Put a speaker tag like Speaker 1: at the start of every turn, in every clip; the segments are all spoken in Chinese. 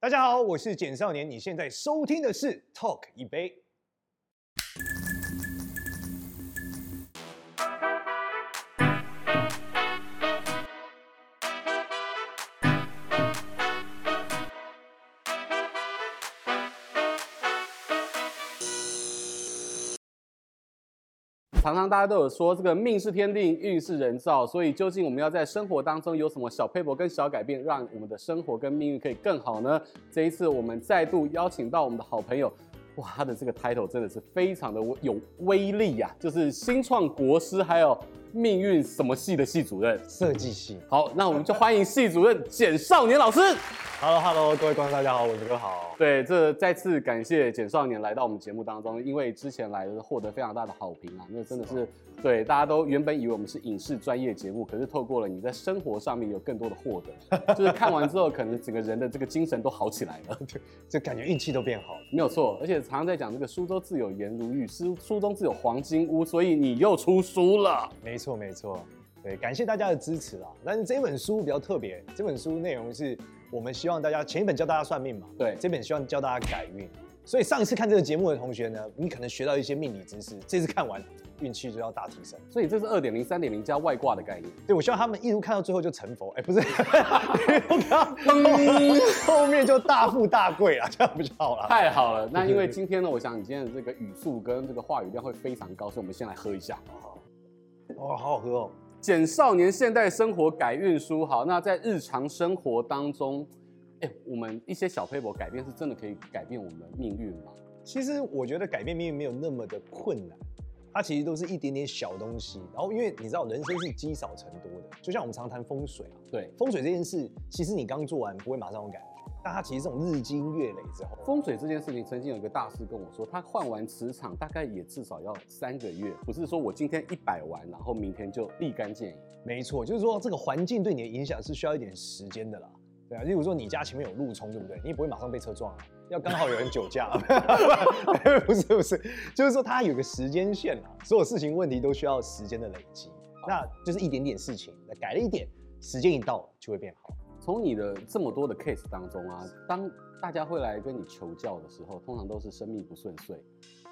Speaker 1: 大家好，我是简少年，你现在收听的是 Talk 一杯。
Speaker 2: 常常大家都有说这个命是天定，运是人造，所以究竟我们要在生活当中有什么小配博跟小改变，让我们的生活跟命运可以更好呢？这一次我们再度邀请到我们的好朋友，哇，他的这个 title 真的是非常的有威力呀、就是新创国师，还有命运什么系的系主任。
Speaker 1: 设计系
Speaker 2: 好，那我们就欢迎系主任简少年老师。
Speaker 1: ，Hello Hello，各位观众大家好，我是哥好。
Speaker 2: 对，这再次感谢简少年来到我们节目当中，因为之前来的获得非常大的好评啊，那真的是对大家都原本以为我们是影视专业节目，可是透过了你在生活上面有更多的获得，就是看完之后可能整个人的这个精神都好起来了，
Speaker 1: 这感觉运气都变好了。
Speaker 2: 没有错。而且常常在讲这个书中自有颜如玉，书书中自有黄金屋，所以你又出书了。
Speaker 1: 没错没错，对，感谢大家的支持啦。但是这本书比较特别，这本书内容是我们希望大家前一本教大家算命嘛，
Speaker 2: 对
Speaker 1: 这本希望教大家改运。所以上一次看这个节目的同学呢，你可能学到一些命理知识，这次看完运气就要大提升。
Speaker 2: 所以这是二点零、三点零加外挂的概念。
Speaker 1: 对，我希望他们一路看到最后就成佛，哎、不是， 一路看到后后面就大富大贵啊，这样不就好了？
Speaker 2: 太好了，那因为今天呢，我想你今天的这个语速跟这个话语量会非常高，所以我们先来喝一下。
Speaker 1: 哦，好好喝哦。
Speaker 2: 简少年现代生活改运书，好，那在日常生活当中，哎、我们一些小 paper 改变是真的可以改变我们的命运吗？
Speaker 1: 其实我觉得改变命运没有那么的困难，它其实都是一点点小东西。然后因为你知道，人生是积少成多的，就像我们常谈风水啊，
Speaker 2: 对，
Speaker 1: 风水这件事，其实你刚做完不会马上有感觉，但它其实这种日积月累之后，
Speaker 2: 风水这件事情，曾经有一个大师跟我说，他换完磁场大概也至少要三个月，不是说我今天一百完，然后明天就立竿见影。
Speaker 1: 没错，就是说这个环境对你的影响是需要一点时间的啦。对啊，例如说你家前面有路冲，对不对？你也不会马上被车撞啊，要刚好有人酒驾、啊， 不是不是，就是说它有个时间线啦，所有事情问题都需要时间的累积，那就是一点点事情，那改了一点，时间一到就会变好。
Speaker 2: 从你的这么多的 case 当中啊，当大家会来跟你求教的时候，通常都是生命不顺遂。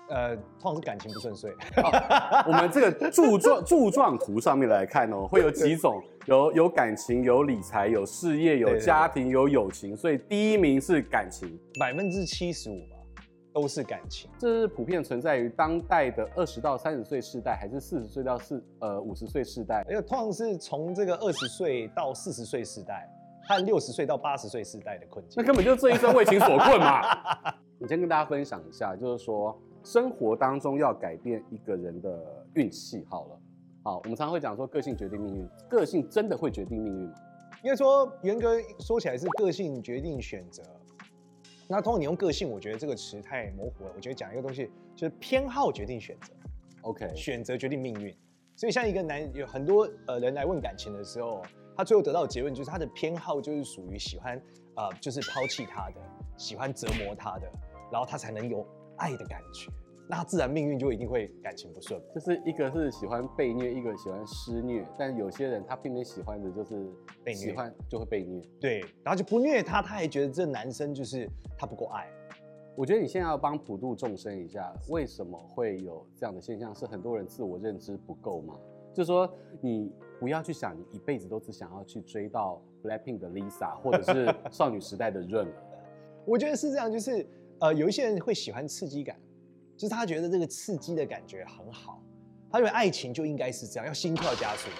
Speaker 1: 呃，通常是感情不顺遂，
Speaker 2: 哦我们这个柱状柱状图上面来看哦，会有几种，有有感情，有理财，有事业，
Speaker 1: 对
Speaker 2: 有
Speaker 1: 对对
Speaker 2: 家庭，有友情，所以第一名是感情，
Speaker 1: 百分之七十五吧，都是感情。
Speaker 2: 这是普遍存在于当代的二十到三十岁世代，还是四十岁到四呃五十岁世代。
Speaker 1: 因为通常是从这个二十岁到四十岁时代和六十岁到八十岁时代的困境
Speaker 2: 那。根本就是这一生为情所困嘛。我先跟大家分享一下，就是说生活当中要改变一个人的运气。好了，好，我们常常会讲说个性决定命运，个性真的会决定命运吗？
Speaker 1: 应该说，严格说起来是个性决定选择。那通常你用个性，我觉得这个词太模糊了。我觉得讲一个东西，就是偏好决定选择，
Speaker 2: ？OK，
Speaker 1: 选择决定命运。所以像一个男有很多呃人来问感情的时候，他最后得到的结论就是他的偏好就是属于喜欢呃就是抛弃他的，喜欢折磨他的，然后他才能有爱的感觉。那他自然命运就一定会感情不顺嘛。
Speaker 2: 就是一个是喜欢被虐，一个喜欢施虐，但有些人他偏偏喜欢的就是
Speaker 1: 被虐
Speaker 2: 喜欢就会被虐。
Speaker 1: 对，然后就不虐他，他还觉得这男生就是他不够爱。
Speaker 2: 我觉得你现在要帮普度众生一下，为什么会有这样的现象？是很多人自我认知不够嘛？就说你不要去想，你一辈子都只想要去追到 BLACKPINK 的 Lisa，或者 是少女时代的 r
Speaker 1: 我觉得是这样，就是呃，有一些人会喜欢刺激感，就是他觉得这个刺激的感觉很好，他认为爱情就应该是这样，要心跳加速，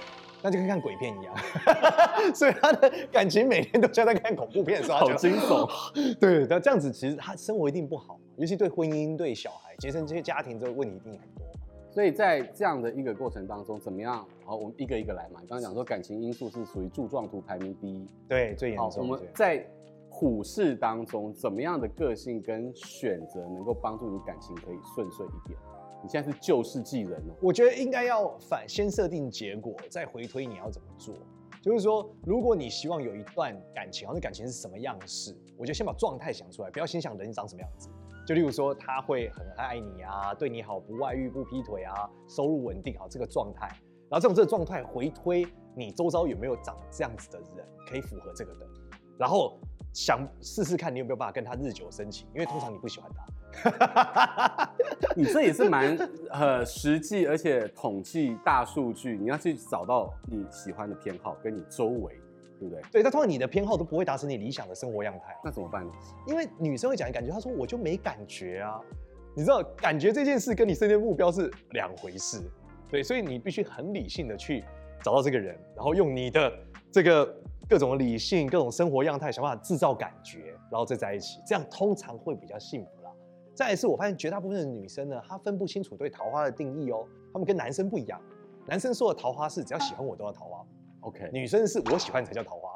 Speaker 1: 那就跟看鬼片一样， 所以他的感情每天都像在看恐怖片的时候，他
Speaker 2: 好
Speaker 1: 觉得
Speaker 2: 惊 悚。
Speaker 1: 对，那这样子其实他生活一定不好嘛，尤其对婚姻、对小孩、结成这些家庭这个问题一定很多。
Speaker 2: 所以在这样的一个过程当中，怎么样？好，我们一个一个来嘛。你刚刚讲说感情因素是属于柱状图排名第一，
Speaker 1: 对，最严
Speaker 2: 好，我
Speaker 1: 重
Speaker 2: 们
Speaker 1: 这样。
Speaker 2: 在虎视当中，怎么样的个性跟选择能够帮助你感情可以顺遂一点？你现在是救世纪人哦，
Speaker 1: 我觉得应该要反先设定结果，再回推你要怎么做。就是说，如果你希望有一段感情，然后那感情是什么样式，我觉得先把状态想出来，不要先想人长什么样子。就例如说，他会很爱你啊，对你好，不外遇、不劈腿啊，收入稳定啊，这个状态。然后这种这个状态回推你周遭有没有长这样子的人，可以符合这个的。然后想试试看你有没有办法跟他日久生情，因为通常你不喜欢他。
Speaker 2: 你这也是蛮呃实际，而且统计大数据，你要去找到你喜欢的偏好跟你周围，对不对？
Speaker 1: 对，但通常你的偏好都不会达成你理想的生活样态啊、
Speaker 2: 那怎么办呢？
Speaker 1: 因为女生会讲感觉，她说我就没感觉啊，你知道感觉这件事跟你设定的目标是两回事，对，所以你必须很理性的去找到这个人，然后用你的这个各种理性、各种生活样态想办法制造感觉，然后再在一起，这样通常会比较幸福啦。再来是我发现绝大部分的女生呢，她分不清楚对桃花的定义哦，她们跟男生不一样，男生说的桃花是只要喜欢我都要桃花，
Speaker 2: OK，你
Speaker 1: 女生是我喜欢你才叫桃花。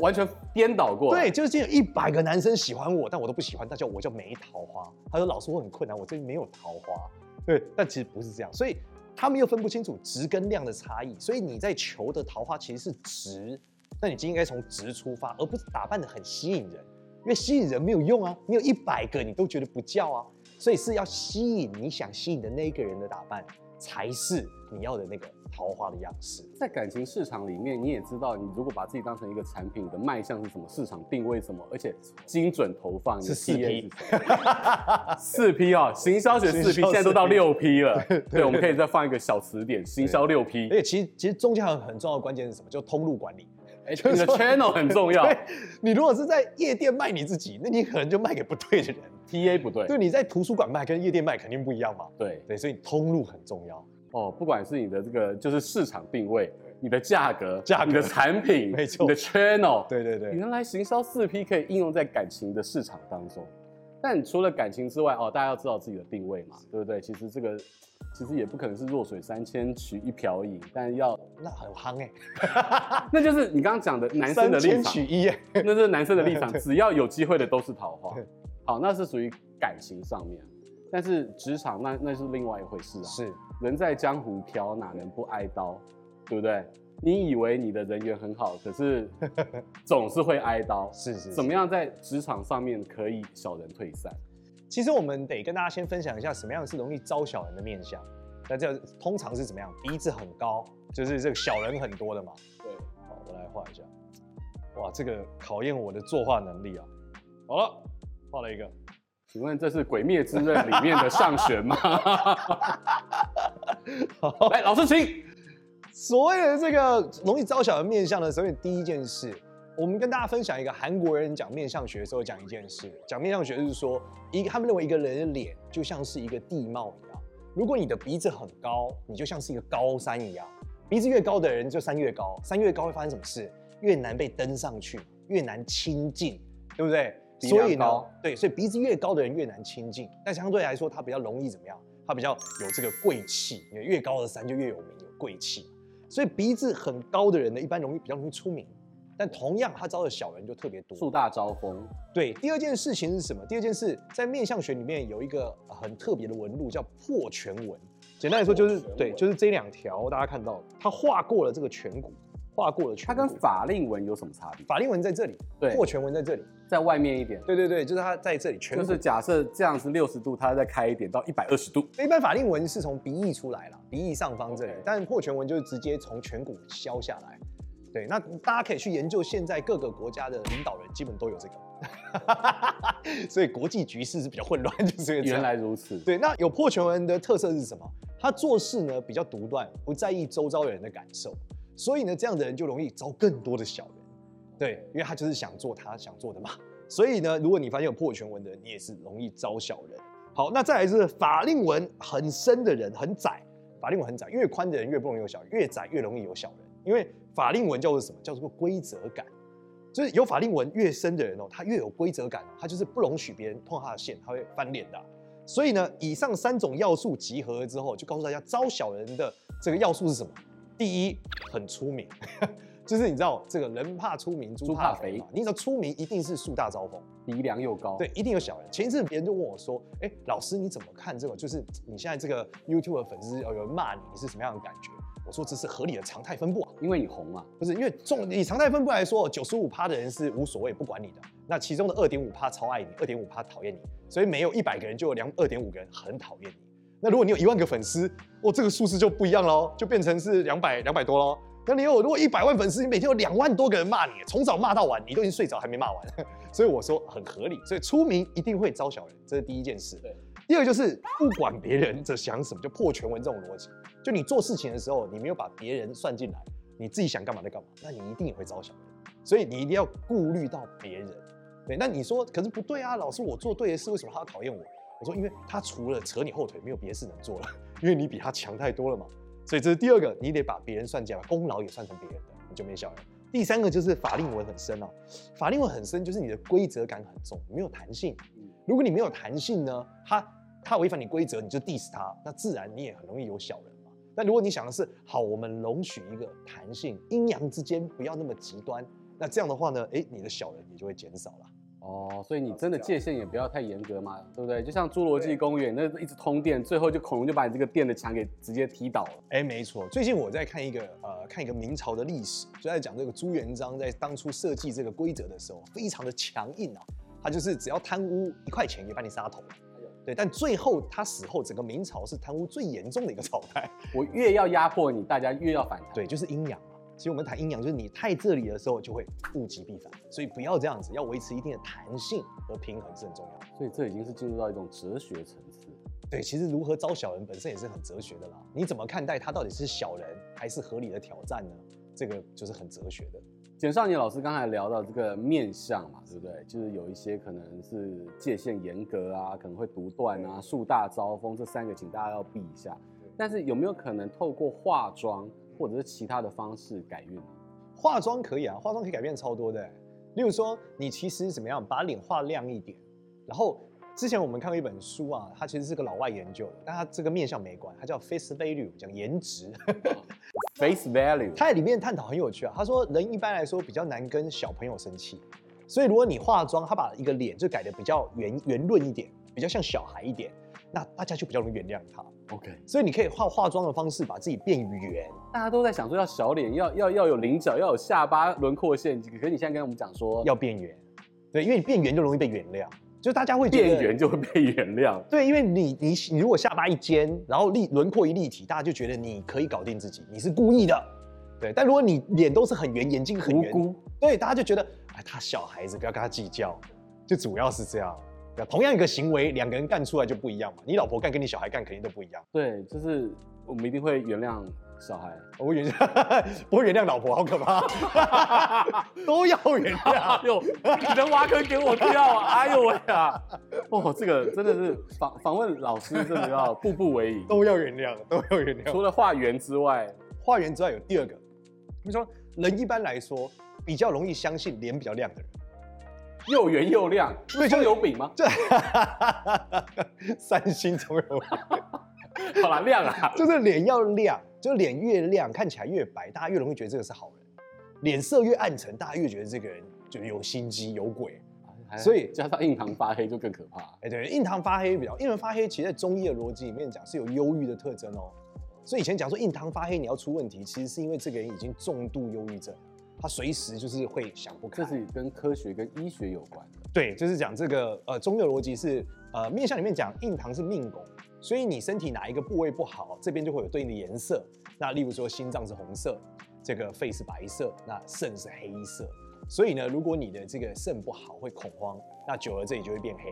Speaker 2: 完全颠倒过。
Speaker 1: 对，，就是竟有一百个男生喜欢我，但我都不喜欢，他叫我叫没桃花。他说老师我很困难，我这边没有桃花。对，但其实不是这样，所以他们又分不清楚值跟量的差异，所以你在求的桃花其实是值，那你就应该从值出发，而不是打扮的很吸引人，因为吸引人没有用啊，你有一百个你都觉得不叫啊，所以是要吸引你想吸引的那一个人的打扮，才是你要的那个桃花的样式。
Speaker 2: 在感情市场里面，你也知道，你如果把自己当成一个产品的卖相是什么，市场定位什么，而且精准投放，你的
Speaker 1: 是四
Speaker 2: TA
Speaker 1: P
Speaker 2: 是什么 四 P 哦，行销学四 P，
Speaker 1: 行销
Speaker 2: 现在都到
Speaker 1: 四 P
Speaker 2: 六 P 了。
Speaker 1: 对哎
Speaker 2: 对，我们可以再放一个小词典，行销六 P。
Speaker 1: 而且其实其实中间还有很重要的关键是什么？就通路管理。
Speaker 2: 哎，你的 channel 很重要
Speaker 1: 对，你如果是在夜店卖你自己，那你可能就卖给不对的人。
Speaker 2: ，TA 不对
Speaker 1: 对，。你在图书馆卖跟夜店卖肯定不一样嘛。
Speaker 2: 对
Speaker 1: 对，所以通路很重要。
Speaker 2: 哦，不管是你的这个就是市场定位、你的价格、
Speaker 1: 价格
Speaker 2: 你的产品、
Speaker 1: 没错
Speaker 2: 你的 channel，
Speaker 1: 对对对，
Speaker 2: 原来行销四 P 可以应用在感情的市场当中，但除了感情之外，哦，大家要知道自己的定位嘛，对不对？其实这个其实也不可能是弱水三千取一瓢饮，但要
Speaker 1: 那很夯哎、
Speaker 2: 那就是你刚刚讲的男生的立
Speaker 1: 千
Speaker 2: 场，
Speaker 1: 取一哎、
Speaker 2: 那是男生的立 场，
Speaker 1: 对
Speaker 2: 只要有机会的都是桃花
Speaker 1: 对。
Speaker 2: 好，那是属于感情上面，但是职场那那是另外一回事啊。
Speaker 1: 是
Speaker 2: 人在江湖飘，哪能不挨刀，对不对？你以为你的人缘很好，可 是总是会挨刀。
Speaker 1: 是 是是
Speaker 2: 怎么样在职场上面可以小人退散？
Speaker 1: 其实我们得跟大家先分享一下什么样是容易招小人的面相。那这通常是怎么样？鼻子很高，就是这个小人很多的嘛。
Speaker 2: 对，
Speaker 1: 好，我来画一下。哇，这个考验我的作画能力啊。好了，画了一个。
Speaker 2: 请问这是《鬼灭之刃》里面的上弦吗？
Speaker 1: 好
Speaker 2: 来，老师请。
Speaker 1: 所谓的这个容易招小的面相呢，首先第一件事，我们跟大家分享一个韩国人讲面相学的时候讲一件事，讲面相学就是说，一他们认为一个人的脸就像是一个地貌一样，如果你的鼻子很高，你就像是一个高山一样，鼻子越高的人就山越高，山越高会发生什么事？越难被登上去，越难亲近，对不对？
Speaker 2: 鼻梁
Speaker 1: 所以呢
Speaker 2: 高，
Speaker 1: 对，所以鼻子越高的人越难亲近，但相对来说，他比较容易怎么样？他比较有这个贵气，因为越高的山就越有名，有贵气。所以鼻子很高的人呢，一般容易比较容易出名，但同样他招的小人就特别
Speaker 2: 树
Speaker 1: 多。
Speaker 2: 大招风，
Speaker 1: 对，第二件事情是什么？第二件事在面相学里面有一个呃很特别的纹路叫破颧纹，简单来说就是
Speaker 2: 破颧纹
Speaker 1: 对，就是这两条大家看到，它划过了这个颧骨，划过了颧骨。
Speaker 2: 它跟法令纹有什么差别？
Speaker 1: 法令纹在这里，
Speaker 2: 对
Speaker 1: 破颧纹在这里，
Speaker 2: 在外面一点，
Speaker 1: 对对对，就是它在这里，颧骨
Speaker 2: 就是假设这样是六十度，它再开一点到一百二十度。
Speaker 1: 一般法令纹是从鼻翼出来啦，鼻翼上方这里
Speaker 2: OK
Speaker 1: 但破颧纹就是直接从颧骨削下来。对，那大家可以去研究现在各个国家的领导人基本都有这个， 所以国际局势是比较混乱，就是因为这样
Speaker 2: 原来如此。
Speaker 1: 对。那有破颧纹的特色是什么？他做事呢比较独断，不在意周遭人的感受，所以呢这样的人就容易招更多的小人。对，因为他就是想做他想做的嘛。所以呢，如果你发现有破颧纹的人，你也是容易招小人。好，那再来是法令纹很深的人，很窄，法令纹很窄，越宽的人越不容易有小人，越窄越容易有小人，因为法令纹叫做什么？叫做规则感。就是有法令纹越深的人哦，他越有规则感哦，他就是不容许别人碰他的线，他会翻脸的啊、所以呢，以上三种要素集合之后，就告诉大家招小人的这个要素是什么？第一，很出名， 就是你知道这个人怕出名，猪
Speaker 2: 猪
Speaker 1: 怕
Speaker 2: 怕
Speaker 1: 肥
Speaker 2: 肥
Speaker 1: 嘛。你只要出名，一定是树大招风，
Speaker 2: 鼻梁又高，
Speaker 1: 对，，一定有小人。前一次别人就问我说：“哎、老师你怎么看这个？就是你现在这个 YouTube 的粉丝有人骂你，你是什么样的感觉？”我说：“这是合理的常态分布啊。”
Speaker 2: 因为你红嘛，
Speaker 1: 不是，因为重以常态分布来说，九十五趴的人是无所谓不管你的，那其中的二点五趴超爱你，二点五趴讨厌你，所以没有一百个人就有两二点五个人很讨厌你。那如果你有一万个粉丝，哦，这个数字就不一样喽，就变成是两百两百多喽。那你有如果一百万粉丝，你每天有两万多个人骂你，从早骂到晚，你都已经睡着还没骂完， 所以我说很合理。所以出名一定会招小人，这是第一件事。
Speaker 2: 对。
Speaker 1: 第二个就是不管别人在想什么，就破全文这种逻辑，就你做事情的时候，你没有把别人算进来，你自己想干嘛就干嘛，那你一定也会招小人。所以你一定要顾虑到别人。对，那你说可是不对啊，老师我做对的事，为什么他要讨厌我？我说因为他除了扯你后腿，没有别的事能做了，因为你比他强太多了嘛。所以这是第二个，你得把别人算进来，功劳也算成别人的，你就没小人。第三个就是法令纹很深啊，法令纹很深就是你的规则感很重，你没有弹性。如果你没有弹性呢，他他违反你规则，你就 diss 他，那自然你也很容易有小人嘛。那如果你想的是好，我们容许一个弹性，阴阳之间不要那么极端，那这样的话呢，诶，你的小人也就会减少了。
Speaker 2: 哦，所以你真的界限也不要太严格嘛，对不对？就像侏罗纪公园那一直通电，最后就恐龙就把你这个电的墙给直接踢倒了。
Speaker 1: 哎，没错，最近我在看一个呃，看一个明朝的历史，就在讲这个朱元璋在当初设计这个规则的时候，非常的强硬啊，他就是只要贪污一块钱也把你杀头了
Speaker 2: 呦。
Speaker 1: 对，但最后他死后，整个明朝是贪污最严重的一个朝代。
Speaker 2: 我越要压迫你，大家越要反弹。
Speaker 1: 对，就是阴阳嘛。其实我们谈阴阳，就是你太这里的时候就会物极必反，所以不要这样子，要维持一定的弹性和平衡是很重要的。
Speaker 2: 所以这已经是进入到一种哲学层次。
Speaker 1: 对，其实如何招小人本身也是很哲学的啦。你怎么看待他到底是小人还是合理的挑战呢？这个就是很哲学的。
Speaker 2: 简少年老师刚才聊到这个面相嘛，对不对？就是有一些可能是界限严格啊，可能会独断啊，树大招风这三个，请大家要避一下。但是有没有可能透过化妆或者是其他的方式改运呢？
Speaker 1: 化妆可以啊，化妆可以改变超多的欸。例如说，你其实怎么样把脸画亮一点，然后之前我们看过一本书啊，它其实是个老外研究的，但它这个面向没关，它叫 face value，讲颜值。
Speaker 2: Face value，
Speaker 1: 他在里面探讨很有趣啊。他说，人一般来说比较难跟小朋友生气，所以如果你化妆，他把一个脸就改的比较圆圆润一点，比较像小孩一点，那大家就比较容易原谅他。
Speaker 2: OK，
Speaker 1: 所以你可以化化妆的方式把自己变圆。
Speaker 2: 大家都在想说要小脸，要要要有棱角，要有下巴轮廓线。可是你现在跟我们讲说
Speaker 1: 要变圆，对，因为你变圆就容易被原谅，就是大家会觉得
Speaker 2: 变圆。就会被原谅。
Speaker 1: 对，因为你你你如果下巴一尖，然后立轮廓一立体，大家就觉得你可以搞定自己，你是故意的。对，但如果你脸都是很圆，眼睛很
Speaker 2: 无
Speaker 1: 圆，
Speaker 2: 辜，
Speaker 1: 对，大家就觉得，哎，他小孩子，不要跟他计较，就主要是这样。对同样一个行为，两个人干出来就不一样嘛。你老婆干跟你小孩干肯定都不一样。
Speaker 2: 对，就是我们一定会原谅小孩。
Speaker 1: 我原谅， 不会原谅老婆，好可怕。 都要原谅。
Speaker 2: 哎呦，你能挖坑给我跳啊！哎呦喂呀， 哦，这个真的是访访问老师，真的要步步为营。
Speaker 1: 都要原谅，都要原谅。
Speaker 2: 除了化缘之外，
Speaker 1: 化缘之外有第二个，你说人一般来说比较容易相信脸比较亮的人，
Speaker 2: 又圆又亮，
Speaker 1: 对就
Speaker 2: 葱
Speaker 1: 是
Speaker 2: 油饼吗？
Speaker 1: 对， 三星总有。
Speaker 2: 好啦，亮啊！
Speaker 1: 就是脸要亮，就是脸越亮，看起来越白，大家越容易觉得这个是好人；脸色越暗沉，大家越觉得这个人就是有心机、有鬼。所以
Speaker 2: 加上印堂发黑就更可怕。
Speaker 1: 哎，对，印堂发黑比较，因为发黑其实在中医的逻辑里面讲是有忧郁的特征哦。所以以前讲说印堂发黑你要出问题，其实是因为这个人已经重度忧郁症，他随时就是会想不开。
Speaker 2: 这是跟科学跟医学有关的。
Speaker 1: 对，就是讲这个呃，中医的逻辑是呃，面相里面讲印堂是命宫，所以你身体哪一个部位不好，这边就会有对应的颜色。那例如说心脏是红色，这个肺是白色，那肾是黑色。所以呢，如果你的这个肾不好，会恐慌，那久了这里就会变黑，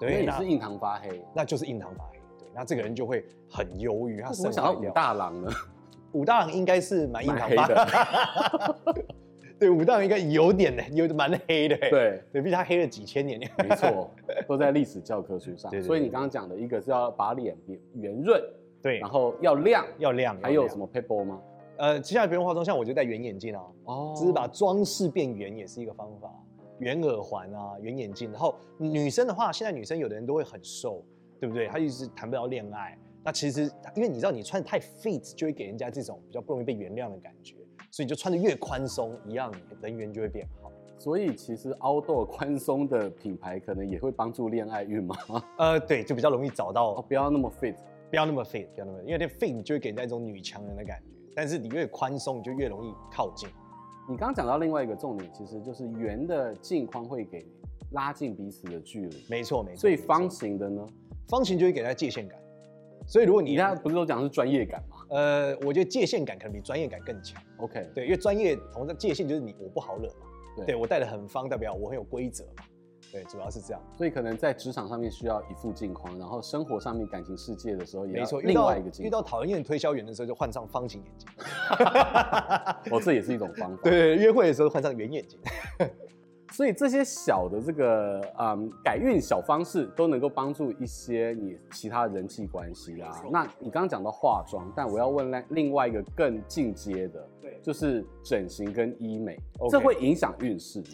Speaker 1: 对
Speaker 2: 哦因为你
Speaker 1: 那
Speaker 2: 是印堂发黑。
Speaker 1: 那就是印堂发黑。对，那这个人就会很忧郁，他
Speaker 2: 为什
Speaker 1: 肾
Speaker 2: 么想到
Speaker 1: 坏
Speaker 2: 武
Speaker 1: 掉
Speaker 2: 大郎呢？
Speaker 1: 武大郎应该是蛮印堂
Speaker 2: 蛮黑
Speaker 1: 发， 对，武大郎应该有点呢，有蛮黑的，，
Speaker 2: 对，
Speaker 1: 对，毕竟他黑了几千年。
Speaker 2: 没错，都在历史教科书上
Speaker 1: 对。对
Speaker 2: 所以
Speaker 1: 对
Speaker 2: 你刚刚讲的一个是要把脸变圆润，
Speaker 1: 对
Speaker 2: 然，后要亮，
Speaker 1: 要亮。
Speaker 2: 还有
Speaker 1: 么？
Speaker 2: 什么 paper 吗？
Speaker 1: 呃，接下来不用化妆，像我就戴圆眼镜啊，
Speaker 2: 哦
Speaker 1: 只是把装饰变圆也是一个方法，圆耳环啊，圆眼镜。然后女生的话，现在女生有的人都会很瘦，对不对？她一直谈不到恋爱。那其实因为你知道你穿得太 fit，就会给人家这种比较不容易被原谅的感觉，所以你就穿的越宽松，一样你人缘就会变好。
Speaker 2: 所以其实 outdoor 宽松的品牌可能也会帮助恋爱运嘛，
Speaker 1: 呃，对，就比较容易找到
Speaker 2: 哦，不要那么 fit。
Speaker 1: 不要那么 fit，不要那么，因为那 fit 你就会给人家一种女强人的感觉，但是你越宽松，你就越容易靠近。
Speaker 2: 你刚刚讲到另外一个重点，其实就是圆的镜框会给拉近彼此的距离，
Speaker 1: 没错，没错。
Speaker 2: 所以
Speaker 1: 没错
Speaker 2: 方形的呢，
Speaker 1: 方形就会给人家界限感。所以如果
Speaker 2: 你
Speaker 1: 你
Speaker 2: 刚才不是都讲是专业感吗
Speaker 1: 呃，我觉得界限感可能比专业感更强。
Speaker 2: ？OK，
Speaker 1: 对，因为专业同样界限就是你我不好惹嘛，
Speaker 2: 对
Speaker 1: 对我带的很方，代表我很有规则嘛，对，主要是这样。
Speaker 2: 所以可能在职场上面需要一副镜框，然后生活上面感情世界的时候也
Speaker 1: 没
Speaker 2: 要
Speaker 1: 错，遇
Speaker 2: 另
Speaker 1: 到
Speaker 2: 外一个镜
Speaker 1: 遇
Speaker 2: 框。
Speaker 1: 到讨厌推销员的时候，就换上方形眼 镜。
Speaker 2: 哦，这也是一种方法。
Speaker 1: 对，对，约会的时候换上圆眼镜。
Speaker 2: 所以这些小的这个嗯改运小方式都能够帮助一些你其他人际关系啊
Speaker 1: 没错。
Speaker 2: 那你刚刚讲到化妆，但我要问另另外一个更进阶的，
Speaker 1: 对，
Speaker 2: 就是整形跟医美
Speaker 1: OK
Speaker 2: 这会影响运势吗？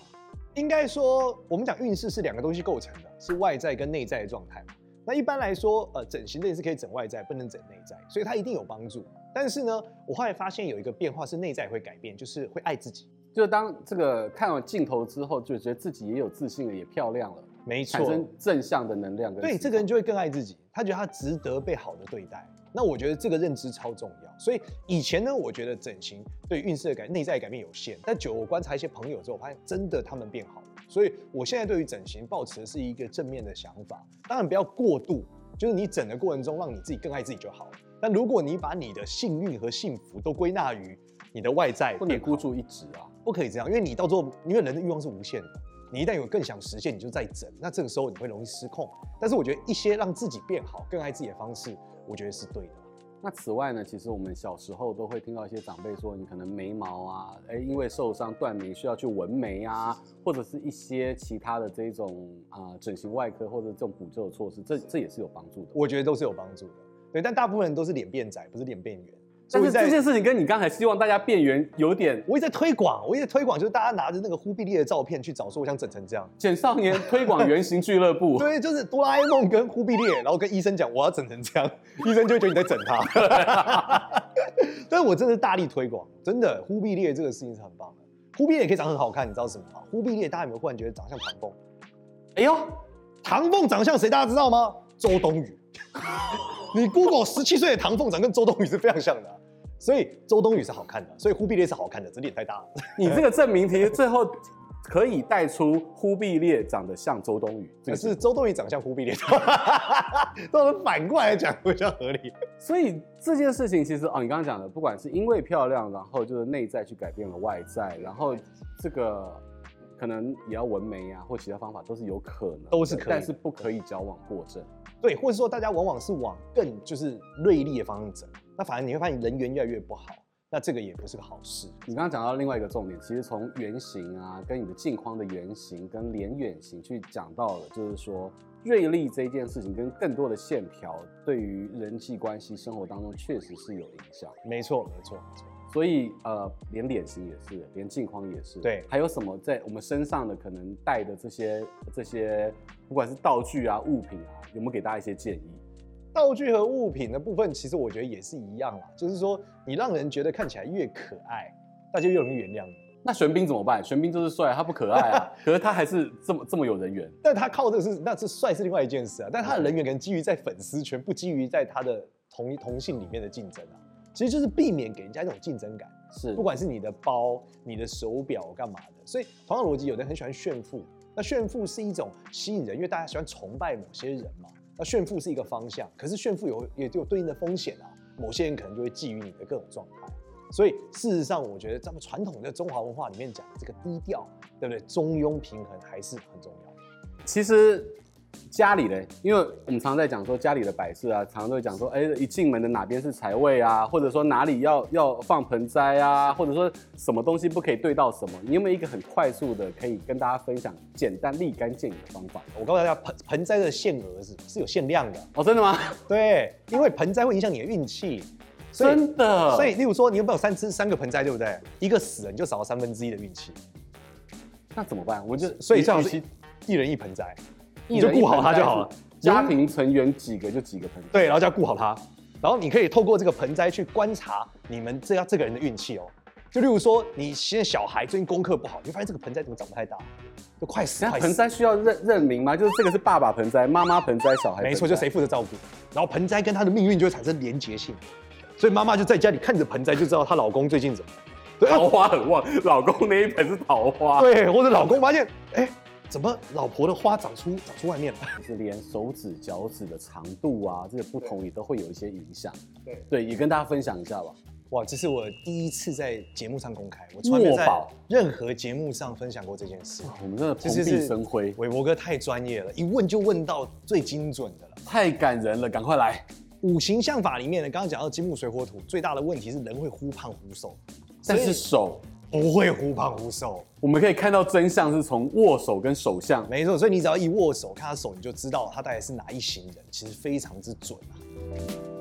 Speaker 1: 应该说我们讲运势是两个东西构成的，是外在跟内在的状态。那一般来说，呃，整形类是可以整外在，不能整内在，所以它一定有帮助。但是呢，我后来发现有一个变化是内在会改变，就是会爱自己。
Speaker 2: 就是当这个看完镜头之后，就觉得自己也有自信了，也漂亮了，
Speaker 1: 没
Speaker 2: 产
Speaker 1: 错，
Speaker 2: 生正向的能量跟
Speaker 1: 对
Speaker 2: 磁
Speaker 1: 这
Speaker 2: 场
Speaker 1: 个人就会更爱自己，他觉得他值得被好的对待。那我觉得这个认知超重要。所以以前呢，我觉得整形对运势的改内在的改变有限，但久了我观察一些朋友之后，我发现真的他们变好了。所以我现在对于整形抱持的是一个正面的想法，当然不要过度，就是你整的过程中让你自己更爱自己就好了。但如果你把你的幸运和幸福都归纳于你的外在，
Speaker 2: 不能孤注一掷啊。
Speaker 1: 不可以这样，因为你到最后，因为人的欲望是无限的，你一旦有更想实现，你就再整，那这个时候你会容易失控。但是我觉得一些让自己变好、更爱自己的方式，我觉得是对的。
Speaker 2: 那此外呢，其实我们小时候都会听到一些长辈说，你可能眉毛啊，哎，因为受伤断眉需要去纹眉啊，或者是一些其他的这种啊、整形外科或者这种补救的措施，这这也是有帮助的。
Speaker 1: 我觉得都是有帮助的。对，但大部分人都是脸变窄，不是脸变圆。所
Speaker 2: 但
Speaker 1: 以我一直
Speaker 2: 是
Speaker 1: 在
Speaker 2: 这件事情跟你刚才希望大家变圆有点。
Speaker 1: 我一直在推广，我一直在推广，就是大家拿着那个忽必烈的照片去找，说我想整成这样。
Speaker 2: 简少年推广圆形俱乐部，
Speaker 1: 对，就是哆啦 A 梦跟忽必烈，然后跟医生讲我要整成这样，医生就会觉得你在整他。 但是我真的是大力推广，真的忽必烈这个事情是很棒的。忽必烈也可以长得很好看，你知道什么吗？忽必烈大家有没有忽然觉得长相唐凤？
Speaker 2: 哎呦，
Speaker 1: 唐凤长相谁大家知道吗？周冬雨。 你 Google 十七岁的唐凤长跟周冬雨是非常像的啊、所以周冬雨是好看的，所以忽必烈是好看的，只是脸太大了。
Speaker 2: 你这个证明题最后可以带出忽必烈长得像周冬雨，
Speaker 1: 可
Speaker 2: 这个
Speaker 1: 是周冬雨长相忽必 烈，到了反过来讲比较合理。
Speaker 2: 所以这件事情其实哦，你刚刚讲的，不管是因为漂亮，然后就是内在去改变了外在，然后这个可能也要纹眉啊，或其他方法都是有可能的，
Speaker 1: 都是可以的
Speaker 2: 但是不可以矫枉过正。
Speaker 1: 对，或者说大家往往是往更就是锐利的方向整，那反而你会发现人缘越来越不好，那这个也不是个好事。
Speaker 2: 你刚刚讲到另外一个重点，其实从圆形啊，跟你的镜框的圆形跟脸远形去讲到了，就是说锐利这件事情跟更多的线条，对于人际关系生活当中确实是有影响。
Speaker 1: 没错，没错，没错。
Speaker 2: 所以呃，连脸型也是，连镜框也是。
Speaker 1: 对
Speaker 2: 还有什么在我们身上的可能带的这些这些，不管是道具啊、物品啊，有没有给大家一些建议？
Speaker 1: 道具和物品的部分，其实我觉得也是一样啦，就是说你让人觉得看起来越可爱，大家越容易原谅你。
Speaker 2: 那玄彬怎么办？玄彬就是帅，他不可爱啊，可是他还是这么这么有人缘。
Speaker 1: 但他靠这个是那是帅是另外一件事啊，但他的人缘可能基于在粉丝圈，不基于在他的同同性里面的竞争啊，其实就是避免给人家一种竞争感。
Speaker 2: 是
Speaker 1: 不管是你的包、你的手表干嘛的。所以同样的逻辑，有的人很喜欢炫富，那炫富是一种吸引人，因为大家喜欢崇拜某些人嘛。那炫富是一个方向，可是炫富有也有对应的风险啊，某些人可能就会觊觎你的各种状态。所以事实上，我觉得咱们传统的中华文化里面讲的这个低调，对不对？中庸平衡还是很重要的。
Speaker 2: 其实家里的，因为我们常在讲说家里的摆设啊，常常都会讲说，哎，一进门的哪边是财位啊，或者说哪里要要放盆栽啊，或者说什么东西不可以对到什么。你有没有一个很快速的可以跟大家分享简单立竿见影的方法？
Speaker 1: 我告诉大家，盆盆栽的限额是是有限量的，
Speaker 2: 哦，真的吗？
Speaker 1: 对，因为盆栽会影响你的运气，所以
Speaker 2: 真的，
Speaker 1: 所以，例如说，你有没有三只三个盆栽，对不对？一个死了，你就少了三分之一的运气。
Speaker 2: 那怎么办？我就
Speaker 1: 所以
Speaker 2: 这
Speaker 1: 这
Speaker 2: 样
Speaker 1: 样是一人一盆栽，
Speaker 2: 一
Speaker 1: 你就
Speaker 2: 人
Speaker 1: 顾好
Speaker 2: 一盆
Speaker 1: 它
Speaker 2: 栽
Speaker 1: 就好了
Speaker 2: 是。家庭成员几个就几个盆栽，
Speaker 1: 对，然后就要顾好它。然后你可以透过这个盆栽去观察你们这要这个人的运气哦。就例如说，你现在小孩最近功课不好，你会发现这个盆栽怎么长不太大，就快死
Speaker 2: 等下
Speaker 1: 快
Speaker 2: 盆
Speaker 1: 死。
Speaker 2: 栽需要认认明吗？就是这个是爸爸盆栽、妈妈盆栽、小孩盆栽。
Speaker 1: 没错，就谁负责照顾，然后盆栽跟他的命运就会产生连结性。所以妈妈就在家里看着盆栽，就知道她老公最近怎么了。对，啊
Speaker 2: 桃花很旺，老公那一盆是桃花。
Speaker 1: 对，或者老公发现，哎、怎么老婆的花长出长出外面了？
Speaker 2: 就是连手指、脚趾的长度啊，这些不同也都会有一些影响。
Speaker 1: 对
Speaker 2: 对，也跟大家分享一下吧。
Speaker 1: 哇，这是我第一次在节目上公开，我从来没有
Speaker 2: 握
Speaker 1: 在
Speaker 2: 宝
Speaker 1: 任何节目上分享过这件事。
Speaker 2: 我们真的
Speaker 1: 这是
Speaker 2: 蓬荜生辉，
Speaker 1: 韦伯哥太专业了，一问就问到最精准的了。
Speaker 2: 太感人了，赶快来！
Speaker 1: 五行相法里面呢，刚刚讲到金木水火土，最大的问题是人会忽胖忽瘦，
Speaker 2: 但
Speaker 1: 所
Speaker 2: 是
Speaker 1: 以
Speaker 2: 手，
Speaker 1: 不会忽胖忽瘦。
Speaker 2: 我们可以看到真相是从握手跟手相。
Speaker 1: 没错，所以你只要一握手，看他手，你就知道他大概是哪一行人，其实非常之准啊。